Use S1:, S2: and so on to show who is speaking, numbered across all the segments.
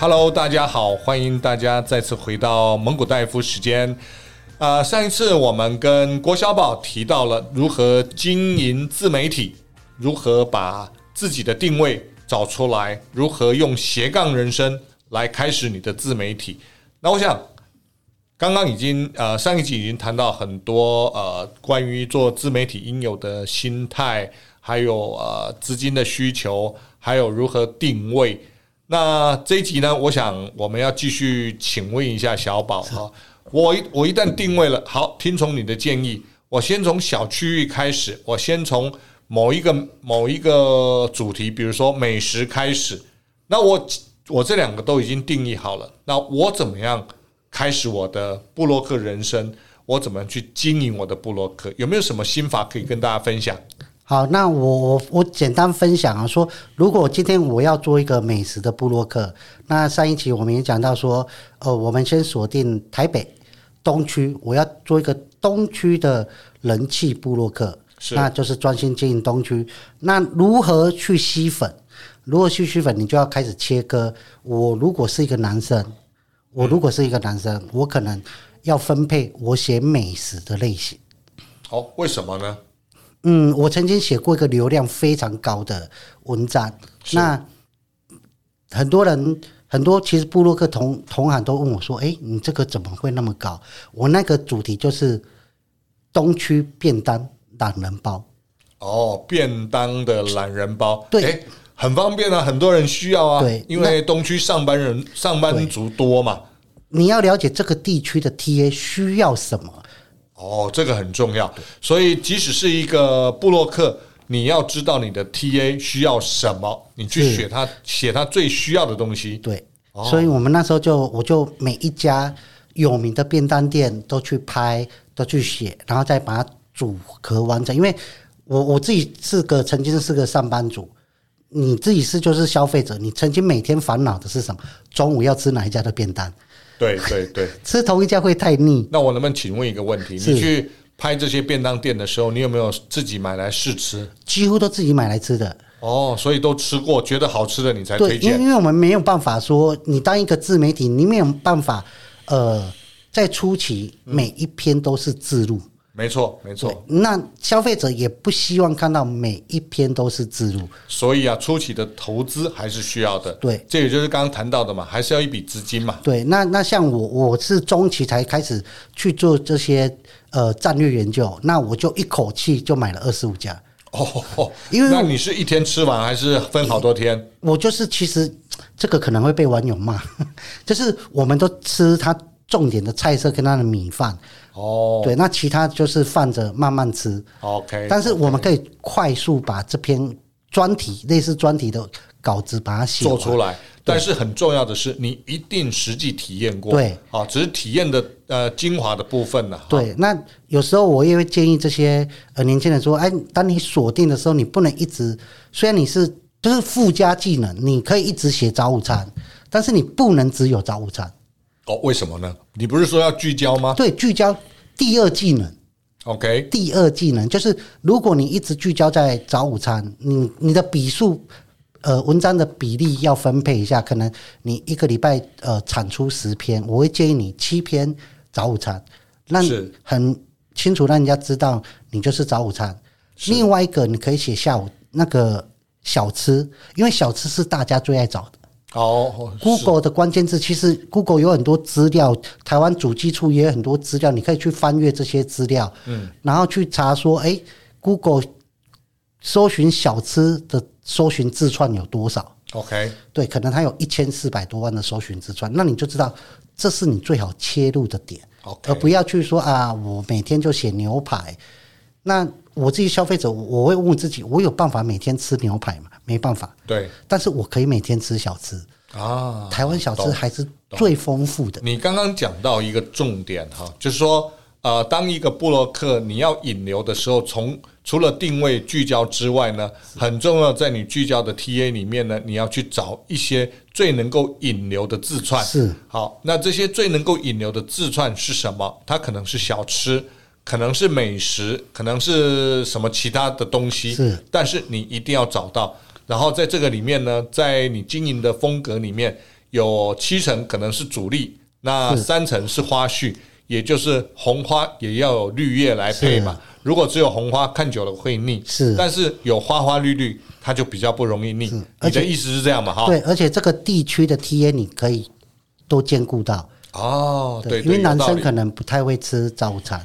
S1: Hello，大家好，欢迎大家再次回到蒙古大夫时间。呃，上一次我们跟郭小宝提到了如何经营自媒体，如何把自己的定位找出来，如何用斜杠人生来开始你的自媒体。那我想，刚刚已经呃上一集已经谈到很多呃关于做自媒体应有的心态，还有呃资金的需求，还有如何定位。那这一集呢，我想我们要继续请问一下小宝哈，我一我一旦定位了，好，听从你的建议，我先从小区域开始，我先从某一个某一个主题，比如说美食开始，那我我这两个都已经定义好了，那我怎么样开始我的布洛克人生？我怎么去经营我的布洛克？有没有什么心法可以跟大家分享？
S2: 好，那我我我简单分享啊，说如果今天我要做一个美食的部落客，那上一期我们也讲到说，呃，我们先锁定台北东区，我要做一个东区的人气部落客，
S1: 是
S2: 那就是专心经营东区。那如何去吸粉？如何去吸粉？你就要开始切割。我如果是一个男生，我如果是一个男生，我可能要分配我写美食的类型。
S1: 好、哦为什么呢？
S2: 嗯，我曾经写过一个流量非常高的文章，
S1: 是
S2: 那很多人很多其实布洛克同同行都问我说：“哎、你这个怎么会那么高？”我那个主题就是东区便当懒人包，
S1: 哦，便当的懒人包，
S2: 对
S1: 诶，很方便啊，很多人需要啊，
S2: 对
S1: 因为东区上班人上班族多嘛，
S2: 你要了解这个地区的 TA 需要什么。
S1: 哦，这个很重要，所以即使是一个布洛克，你要知道你的 TA 需要什么，你去
S2: 是
S1: 写他写他最需要的东西，
S2: 对，
S1: 哦
S2: 所以我们那时候就我就每一家有名的便当店都去拍，都去写，然后再把它组合完成。因为我我自己是个曾经是个上班族，你自己是就是消费者，你曾经每天烦恼的是什么？中午要吃哪一家的便当？
S1: 对对对。
S2: 吃同一家会太腻。
S1: 那我能不能请问一个问题？
S2: 是
S1: 你去拍这些便当店的时候，你有没有自己买来试吃？
S2: 几乎都自己买来吃的，
S1: 哦，所以都吃过，觉得好吃的你才
S2: 对，
S1: 推
S2: 因为
S1: 荐。
S2: 因为我们没有办法说，你当一个自媒体，你没有办法，呃，在初期每一篇都是自录，
S1: 没错，没错。
S2: 那消费者也不希望看到每一篇都是自入，
S1: 所以啊，初期的投资还是需要的。
S2: 对，
S1: 这也就是刚刚谈到的嘛，还是要一笔资金嘛。
S2: 对，那那像我，我是中期才开始去做这些呃战略研究，那我就一口气就买了二十五家，
S1: 哦，
S2: 因为
S1: 那你是一天吃完，还是分好多天？
S2: 我就是其实这个可能会被网友骂， 就是我们都吃它重点的菜色跟它的米饭，
S1: 哦
S2: 对，那其他就是放着慢慢吃，
S1: ，OK，
S2: 但是我们可以快速把这篇专题类似专题的稿子把它写
S1: 做
S2: 完
S1: 出来。但是很重要的是，你一定实际体验过，
S2: 对，
S1: 啊，只是体验的呃精华的部分呢、
S2: 对，那有时候我也会建议这些呃年轻人说，哎，当你锁定的时候，你不能一直，虽然你是就是附加技能，你可以一直写早午餐，但是你不能只有早午餐。
S1: 哦，为什么呢？你不是说要聚焦吗
S2: 对，聚焦第二技能，
S1: ？OK，
S2: 第二技能就是如果你一直聚焦在早午餐，你你的笔数。呃，文章的比例要分配一下，可能你一个礼拜呃产出十篇，我会建议你七篇早午餐，让
S1: 是
S2: 很清楚让人家知道你就是早午餐。另外一个，你可以写下午那个小吃，因为小吃是大家最爱找的。
S1: 哦，是
S2: Google 的关键字，其实 Google 有很多资料，台湾主机处也有很多资料，你可以去翻阅这些资料，嗯，然后去查说，哎、g o o g l e 搜寻小吃的搜寻字串有多少？
S1: OK，
S2: 对，可能它有一千四百多万的搜寻字串，那你就知道这是你最好切入的点
S1: OK
S2: 而呃不要去说啊，我每天就写牛排。那我自己消费者，我我会问自己，我有办法每天吃牛排吗？没办法，
S1: 对
S2: 但是我可以每天吃小吃。
S1: 啊，
S2: 台湾小吃
S1: 懂
S2: 还是最丰富的。
S1: 你刚刚讲到一个重点哈，就是说，呃，当一个布洛克你要引流的时候，从除了定位聚焦之外呢，很重要，在你聚焦的 TA 里面呢，你要去找一些最能够引流的字串。
S2: 是
S1: 好，那这些最能够引流的字串是什么？它可能是小吃，可能是美食，可能是什么其他的东西。
S2: 是
S1: 但是你一定要找到，然后在这个里面呢，在你经营的风格里面有七成可能是主力，那三成是花絮，也就是红花也要有绿叶来配嘛。如果只有红花，看久了会腻，
S2: 是
S1: 但是有花花绿绿，它就比较不容易腻。你
S2: 而且
S1: 的意思是这样嘛？哈，
S2: 对，而且这个地区的 TA 你可以多兼顾到，
S1: 哦，对，
S2: 因为
S1: 对
S2: 男生。
S1: 有道理
S2: 可能不太会吃早午餐，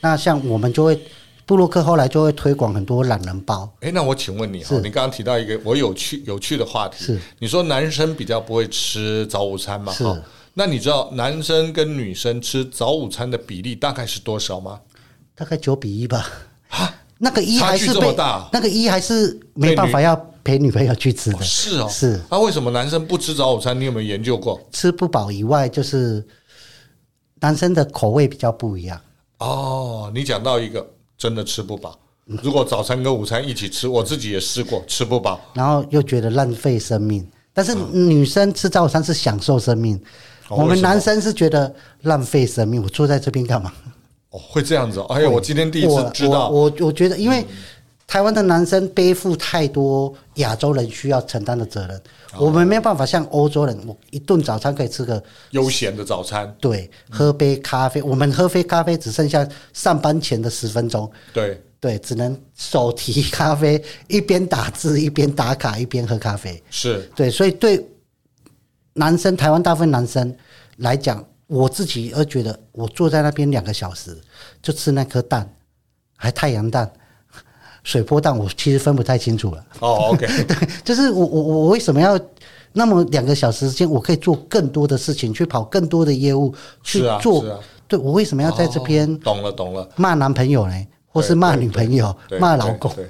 S2: 那像我们就会，布洛克后来就会推广很多懒人包，
S1: 哎，那我请问你哈，
S2: 是
S1: 你刚刚提到一个我有趣有趣的话题
S2: 是，
S1: 你说男生比较不会吃早午餐嘛？
S2: 是
S1: 哈，那你知道男生跟女生吃早午餐的比例大概是多少吗？
S2: 大概九比一吧。 那个一
S1: 差
S2: 还
S1: 距
S2: 是
S1: 这
S2: 被
S1: 么大
S2: 那个一还是没
S1: 被
S2: 办
S1: 女
S2: 法要陪女朋友去吃的，
S1: 哦是哦，
S2: 是
S1: 那、为什么男生不吃早午餐？你有没有研究过？
S2: 吃不饱以外，就是男生的口味比较不一样。
S1: 哦，你讲到一个真的吃不饱。如果早餐跟午餐一起吃，我自己也试过，吃不饱。
S2: 然后又觉得浪费生命。但是女生吃早餐是享受生命，
S1: 嗯哦
S2: 我
S1: 为
S2: 们
S1: 什么
S2: 男生是觉得浪费生命。我坐在这边干嘛？
S1: 哦，会这样子哦。哎呀，我今天第一次
S2: 我
S1: 知道。
S2: 我我我觉得，因为台湾的男生背负太多亚洲人需要承担的责任，
S1: 哦
S2: 我们没有办法像欧洲人，我一顿早餐可以吃个
S1: 悠闲的早餐，
S2: 对，喝杯咖啡。我们喝杯咖啡只剩下上班前的十分钟，
S1: 对，
S2: 对，只能手提咖啡，一边打字一边打卡，一边喝咖啡。
S1: 是
S2: 对，所以对男生，台湾大部分男生来讲，我自己而觉得，我坐在那边两个小时，就吃那颗蛋，还太阳蛋、水波蛋，我其实分不太清楚了。
S1: 哦，OK，
S2: 就是我我我为什么要那么两个小时之间，我可以做更多的事情，去跑更多的业务，去
S1: 是啊
S2: 做。
S1: 是啊
S2: 对我为什么要在这边
S1: 哦懂了懂了，
S2: 骂男朋友呢？或是骂女朋友、
S1: 哦对
S2: 骂
S1: 对
S2: 老公，
S1: 对，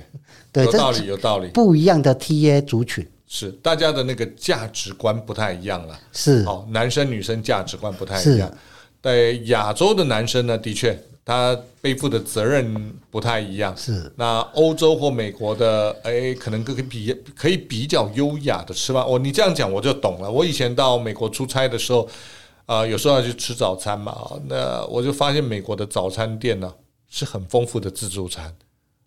S2: 对，
S1: 有道
S2: 这
S1: 理有道理，
S2: 不一样的 TA 族群
S1: 是大家的那个价值观不太一样了。
S2: 是
S1: 好，男生女生价值观不太一
S2: 是
S1: 样。对亚洲的男生呢，的确他背负的责任不太一样。
S2: 是
S1: 那欧洲或美国的，哎，可能可以比可以比较优雅的吃饭。我哦你这样讲我就懂了。我以前到美国出差的时候，啊、有时候要去吃早餐嘛，啊那我就发现美国的早餐店呢是很丰富的自助餐。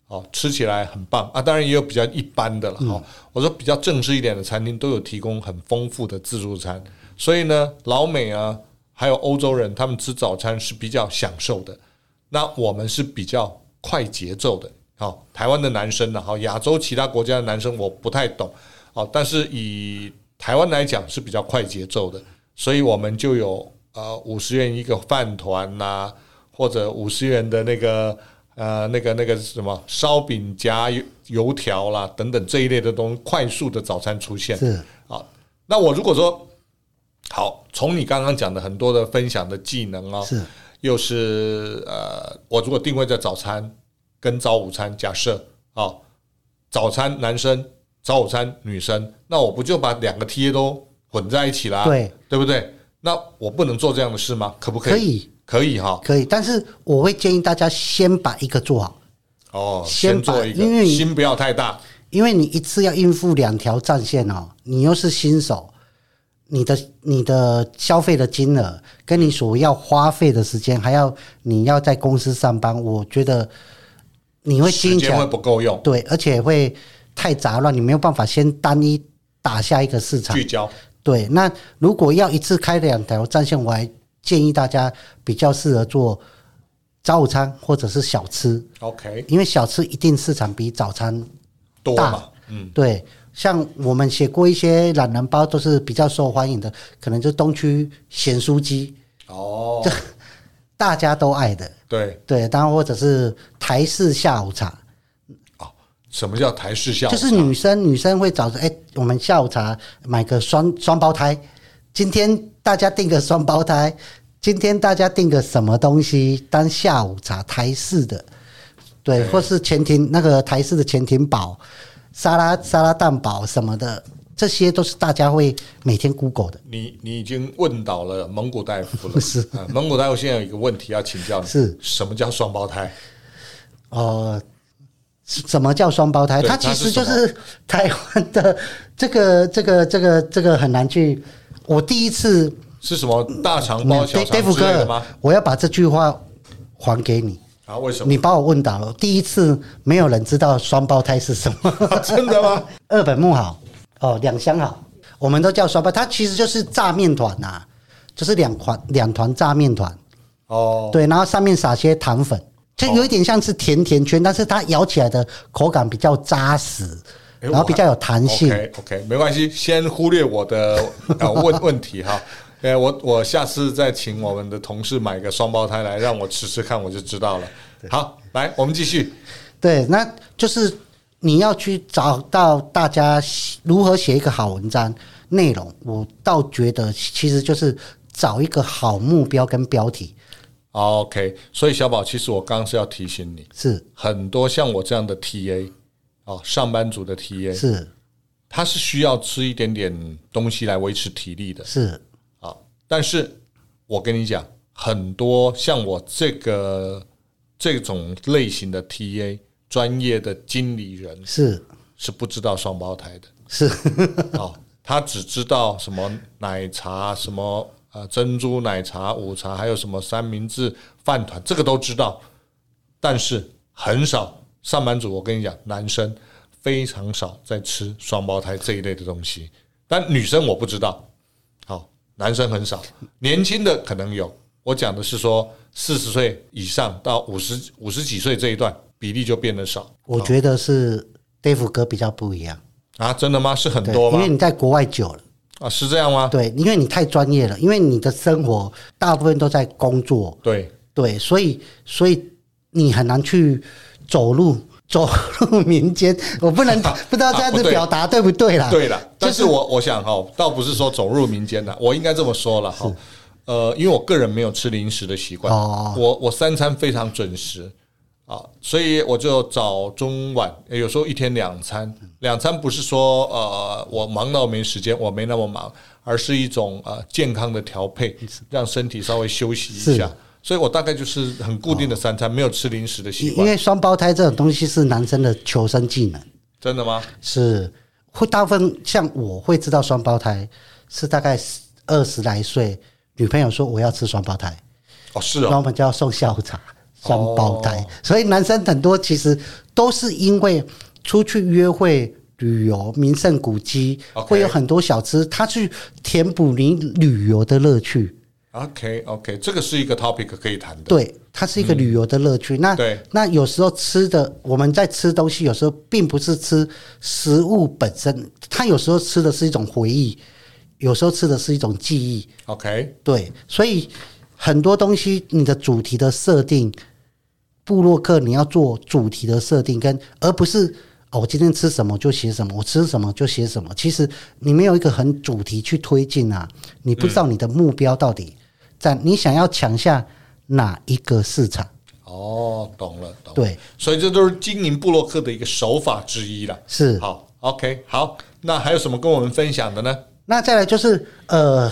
S1: 哦，吃起来很棒啊！当然也有比较一般的了哈、哦我说比较正式一点的餐厅都有提供很丰富的自助餐，所以呢，老美啊，还有欧洲人，他们吃早餐是比较享受的。那我们是比较快节奏的。好、台湾的男生呢，好、亚洲其他国家的男生我不太懂，哦，但是以台湾来讲是比较快节奏的，所以我们就有呃五十元一个饭团呐、啊或者五十元的那个呃那个那个什么烧饼夹油油条啦等等这一类的东西，快速的早餐出现。
S2: 是
S1: 好，那我如果说好，从你刚刚讲的很多的分享的技能哦，
S2: 是
S1: 又是呃，我如果定位在早餐跟早午餐，假设啊、哦，早餐男生，早午餐女生，那我不就把两个 TA 都混在一起啦？
S2: 对，
S1: 对不对？那我不能做这样的事吗？可不可以？
S2: 可以，
S1: 可以哈、
S2: 可以，但是我会建议大家先把一个做好，
S1: 哦，
S2: 先
S1: 先做
S2: 把
S1: 一
S2: 因为
S1: 个，
S2: 你
S1: 心不要太大，
S2: 因为你一次要应付两条战线哦，你又是新手，你的你的消费的金额跟你所要花费的时间，还要你要在公司上班，我觉得你会经
S1: 时
S2: 营起
S1: 间会
S2: 来，
S1: 不够用，
S2: 对，而且会太杂乱，你没有办法先单一打下一个市场
S1: 聚。焦。
S2: 对，那如果要一次开两条战线，我还建议大家比较适合做早午餐或者是小吃。
S1: OK，
S2: 因为小吃一定市场比早餐
S1: 多
S2: 大
S1: 嘛，，嗯，
S2: 对。像我们写过一些懒人包，都是比较受欢迎的，可能就东区咸酥鸡，
S1: 哦，
S2: 大家都爱的，
S1: 对，
S2: 对。然后或者是台式下午茶，
S1: 什么叫台式笑？
S2: 就是女生女生会找着，哎、我们下午茶买个双双胞胎，今天大家订个双胞胎，今天大家订个什么东西当下午茶台式的，对，
S1: 对
S2: 或是潜艇那个台式的潜艇堡、沙拉沙拉蛋堡什么的，这些都是大家会每天 Google 的，
S1: 你你已经问倒了蒙古大夫 了。是、啊，蒙古大夫现在有一个问题要请教你：
S2: 是
S1: 什么叫双胞胎？
S2: 呃。是什么叫双胞胎？
S1: 对
S2: 它
S1: 它
S2: 其
S1: 是
S2: 实就
S1: 什么
S2: 是台湾的这个这个这个这个很难去。我第一次
S1: 是什么大肠
S2: 没有
S1: 包小
S2: Dave-
S1: 肠
S2: Dave
S1: 之类的
S2: 哥
S1: 吗？，
S2: 我要把这句话还给你。
S1: 啊，为什么？
S2: 你把我问倒了，第一次没有人知道双胞胎是什么。
S1: 真的吗？
S2: 二本木好，哦，两箱好。我们都叫刷包，它其实就是炸面团呐、就是两团两团炸面团，
S1: 哦，
S2: 对，然后上面撒些糖粉，就有一点像是甜甜圈，但是它咬起来的口感比较扎实，
S1: 哎
S2: 然后比较有弹性。
S1: OK OK，没关系，先忽略我的 呃问问题哈。呃，我我下次再请我们的同事买个双胞胎来让我吃吃看，我就知道了。好，来我们继续。
S2: 对，那就是你要去找到大家喜如何写一个好文章内容。我倒觉得其实就是找一个好目标跟标题，
S1: OK，所以小宝，其实我刚刚是要提醒你，
S2: 是
S1: 很多像我这样的 TA 哦，上班族的 TA，
S2: 是
S1: 他是需要吃一点点东西来维持体力的。
S2: 是，
S1: 啊，但是我跟你讲，很多像我这个这种类型的 TA 专业的经理人
S2: 是
S1: 是不知道双胞胎的
S2: 是
S1: 啊，他只知道什么奶茶、什么呃珍珠奶茶、午茶，还有什么三明治、饭团，这个都知道，但是很少上班族。我跟你讲，男生非常少在吃双胞胎这一类的东西，但女生我不知道，好，男生很少，年轻的可能有。我讲的是说，四十岁以上到五十五十几岁这一段比例就变得少
S2: 我觉得是 Dave 哥比较不一样，
S1: 啊？真的吗？是很
S2: 对，
S1: 多
S2: 因
S1: 吗
S2: 为？你在国外久了。
S1: 啊，是这样吗？
S2: 对，因为你太专业了，因为你的生活大部分都在工作，
S1: 对，
S2: 对，所以所以你很难去走入走入民间，我 不能不知道这样
S1: 不
S2: 子
S1: 对
S2: 表达对不对啦？
S1: 啊对了，但
S2: 啊就是
S1: 是我我想哈，倒不是说走入民间的，我应该这么说了哈。呃，因为我个人没有吃零食的习惯，
S2: 哦
S1: 我我三餐非常准时啊，所以我就早中晚，呃有时候一天两餐，
S2: 嗯
S1: 两餐不是说呃我忙到没时间，我没那么忙，而是一种呃健康的调配，让身体稍微休息一下
S2: 是。哦
S1: 所以我大概就是很固定的三餐，没有吃零食的习
S2: 因因
S1: 惯。
S2: 为双胞胎这种东西是男生的求生技能，
S1: 真的吗？
S2: 是会大部分像我会知道双胞胎是大概二十来岁，女朋友说我要吃双胞胎，
S1: 哦，是
S2: 然后
S1: 哦，
S2: 我们就要送下午茶，双胞胎。
S1: 哦
S2: 所以男生很多其实都是因为出去约会、旅游、名胜古迹
S1: OK
S2: 会有很多小吃，他去填补你旅游的乐趣。
S1: ，OK OK，这个是一个 topic 可以谈的。
S2: 对，它是一个旅游的乐趣。那
S1: 对
S2: 那有时候吃的，我们在吃东西，有时候并不是吃食物本身，它有时候吃的是一种回忆，有时候吃的是一种记忆。
S1: OK，
S2: 对，所以很多东西你的主题的设定，布洛克你要做主题的设定跟，而不是哦，我今天吃什么就写什么，我吃什么就写什么。其实你没有一个很主题去推进啊，你不知道你的目标到底在、你想要抢下哪一个市场。
S1: 哦，懂了，懂了。
S2: 对，
S1: 所以这都是经营布洛克的一个手法之一了。
S2: 是
S1: 好，OK，好，那还有什么跟我们分享的呢？
S2: 那再来就是呃，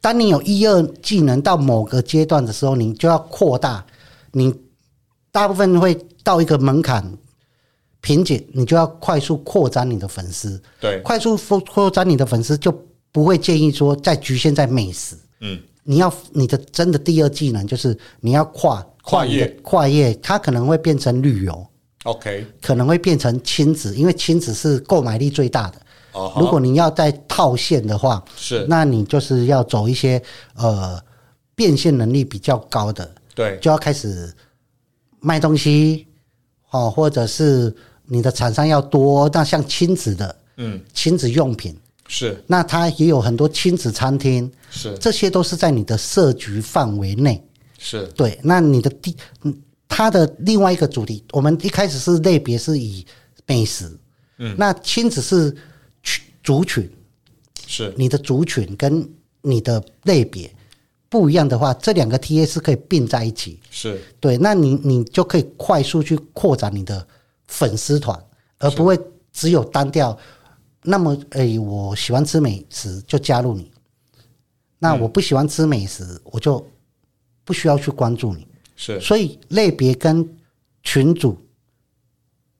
S2: 当你有一二技能到某个阶段的时候，你就要扩大，你大部分会到一个门槛瓶颈，你就要快速扩展你的粉丝，
S1: 对，
S2: 快速扩扩展你的粉丝就不会建议说再局限在美食，
S1: 嗯，
S2: 你要你的真的第二技能就是你要跨
S1: 跨
S2: 你的
S1: 业
S2: 跨业，它可能会变成旅游，
S1: ，OK，
S2: 可能会变成亲子，因为亲子是购买力最大的。
S1: 哦，好
S2: 如果你要再套现的话，
S1: 是
S2: 那你就是要走一些呃变现能力比较高的，
S1: 对，
S2: 就要开始卖东西哦，或者是你的厂商要多。那像亲子的
S1: 嗯，
S2: 亲子用品，
S1: 是
S2: 那它也有很多亲子餐厅，
S1: 是
S2: 这些都是在你的设局范围内。
S1: 是
S2: 对，那你的第嗯它的另外一个主题，我们一开始是类别是以美食，嗯，那亲子是群族群，
S1: 是
S2: 你的族群跟你的类别不一样的话，这两个 TA 是可以并在一起。
S1: 是
S2: 对，那你你就可以快速去扩展你的粉丝团，而不会只有单调。那么，诶、我喜欢吃美食就加入你，那我不喜欢吃美食，我就不需要去关注你。
S1: 是
S2: 所以类别跟群组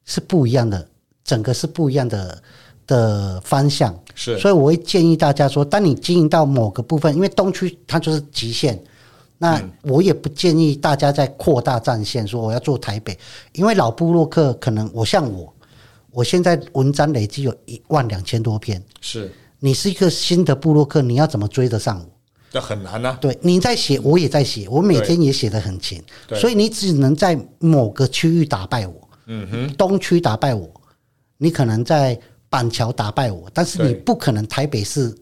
S2: 是不一样的，整个是不一样的的方向。
S1: 是
S2: 所以我会建议大家说，当你经营到某个部分，因为东区它就是极限，那我也不建议大家再扩大战线，说我要做台北，因为老布洛克可能我像我，我现在文章累积有一万两千多篇，
S1: 是
S2: 你是一个新的部落客，你要怎么追得上我？
S1: 这很难啊呐、
S2: 对，你在写，我也在写，我每
S1: 对
S2: 天也写得很勤，
S1: 对
S2: 所以你只能在某个区域打败我，
S1: 嗯哼，
S2: 东区打败我，你可能在板桥打败我，但是你
S1: 对
S2: 不可能台北市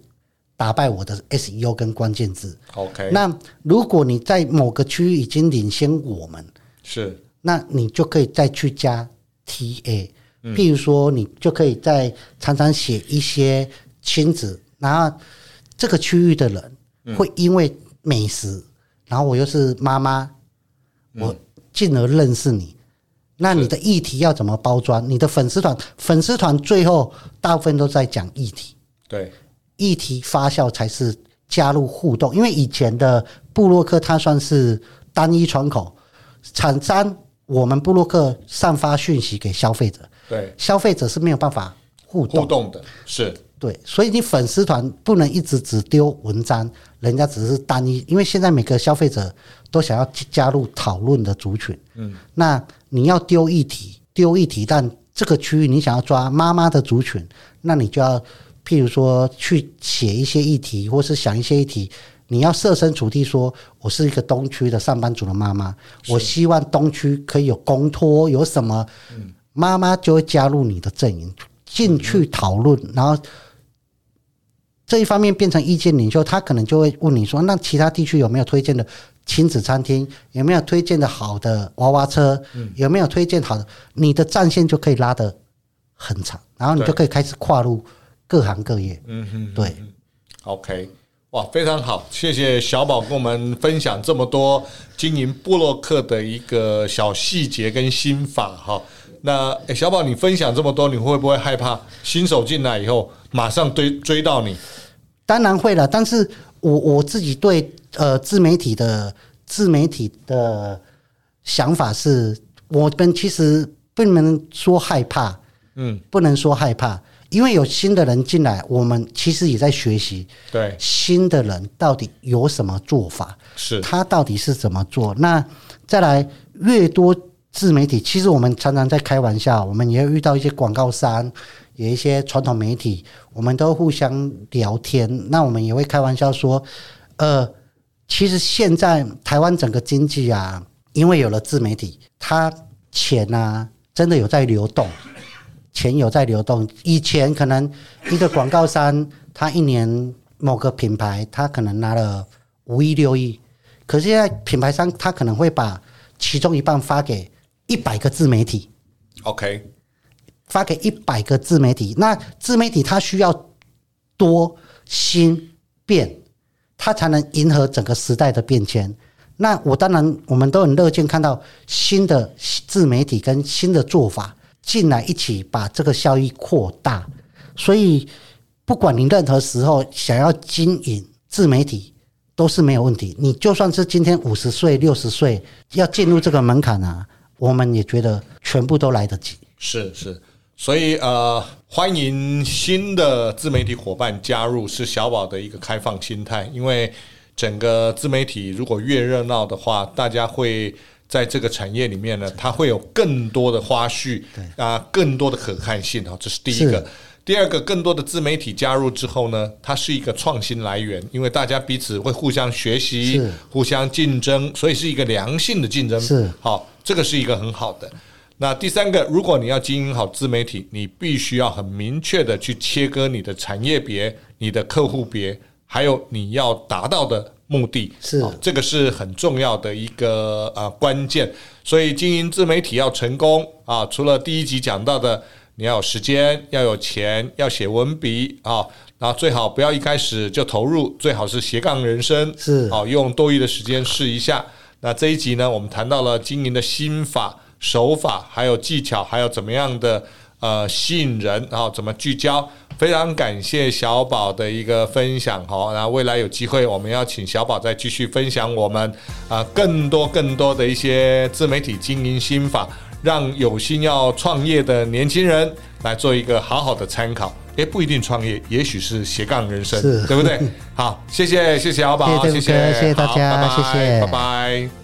S2: 打败我的 SEO 跟关键字。
S1: ，OK，
S2: 那如果你在某个区域已经领先我们，
S1: 是
S2: 那你就可以再去加 TA，譬如说你就可以再常常写一些亲子，然后这个区域的人会因为美食，然后我又是妈妈，我进而认识你。那你的议题要怎么包装？你的粉丝团，粉丝团最后大部分都在讲议题，
S1: 对，
S2: 议题发酵才是加入互动。因为以前的布洛克它算是单一窗口，厂商我们布洛克散发讯息给消费者，
S1: 对，
S2: 消费者是没有办法互动。
S1: 互动的是
S2: 对，所以你粉丝团不能一直只丢文章，人家只是单一，因为现在每个消费者都想要加入讨论的族群。嗯，那你要丢议题，丢议题，但这个区域你想要抓妈妈的族群，那你就要，譬如说去写一些议题，或是想一些议题。你要设身处地说，我是一个东区的上班族的妈妈，我希望东区可以有公托，有什么，妈妈就会加入你的阵营，进去讨论，然后这一方面变成意见领袖，他可能就会问你说：那其他地区有没有推荐的亲子餐厅？有没有推荐的好的娃娃车？有没有推荐好的？你的战线就可以拉得很长，然后你
S1: 对
S2: 就可以开始跨入各行各业。嗯嗯，对，
S1: OK，哇，非常好，谢谢小宝跟我们分享这么多经营布洛克的一个小细节跟心法哈。那、诶小宝，你分享这么多，你会不会害怕新手进来以后马上追追到你？
S2: 当然会了。但是我我自己对呃自媒体的自媒体的想法是，我们其实不能说害怕，
S1: 嗯，
S2: 不能说害怕，因为有新的人进来，我们其实也在学习。
S1: 对，
S2: 新的人到底有什么做法？
S1: 是
S2: 他到底是怎么做？那再来，越多自媒体，其实我们常常在开玩笑，我们也会遇到一些广告商，有一些传统媒体，我们都互相聊天。那我们也会开玩笑说，呃，其实现在台湾整个经济啊，因为有了自媒体，它钱啊真的有在流动。钱有在流动。以前可能一个广告商，他一年某个品牌，他可能拿了五亿六亿，可是现在品牌商他可能会把其中一半发给一百个自媒体，
S1: OK，
S2: 发给一百个自媒体。那自媒体它需要多新变，它才能迎合整个时代的变迁。那我当然，我们都很乐见看到新的自媒体跟新的做法进来，一起把这个效益扩大。所以，不管你任何时候想要经营自媒体，都是没有问题。你就算是今天五十岁、六十岁要进入这个门槛啊，我们也觉得全部都来得及。
S1: 是是，所以呃，欢迎新的自媒体伙伴加入，是小宝的一个开放心态。因为整个自媒体如果越热闹的话，大家会在这个产业里面呢，它会有更多的花絮，啊、更多的可看性啊，这是第一个
S2: 是。
S1: 第二个，更多的自媒体加入之后呢，它是一个创新来源，因为大家彼此会互相学习
S2: 是、
S1: 互相竞争，所以是一个良性的竞争。
S2: 是
S1: 好，这个是一个很好的。那第三个，如果你要经营好自媒体，你必须要很明确的去切割你的产业别、你的客户别，还有你要达到的目的，
S2: 是
S1: 好这个是很重要的一个呃关键。所以经营自媒体要成功啊，除了第一集讲到的，你要有时间，要有钱，要写文笔啊，然后最好不要一开始就投入，最好是斜杠人生
S2: 是
S1: 好用多余的时间试一下。那这一集呢，我们谈到了经营的心法、手法，还有技巧，还有怎么样的呃吸引人，然后怎么聚焦。非常感谢小宝的一个分享哈，然后未来有机会我们要请小宝再继续分享我们啊、更多更多的一些自媒体经营心法，让有心要创业的年轻人来做一个好好的参考。也不一定创业，也许是斜杠人生，
S2: 是
S1: 对不对？好，谢谢谢谢小宝。
S2: 谢谢
S1: 好，
S2: 邓
S1: 谢
S2: 哥谢谢大
S1: 好
S2: 家
S1: 拜拜
S2: 谢谢
S1: 拜拜。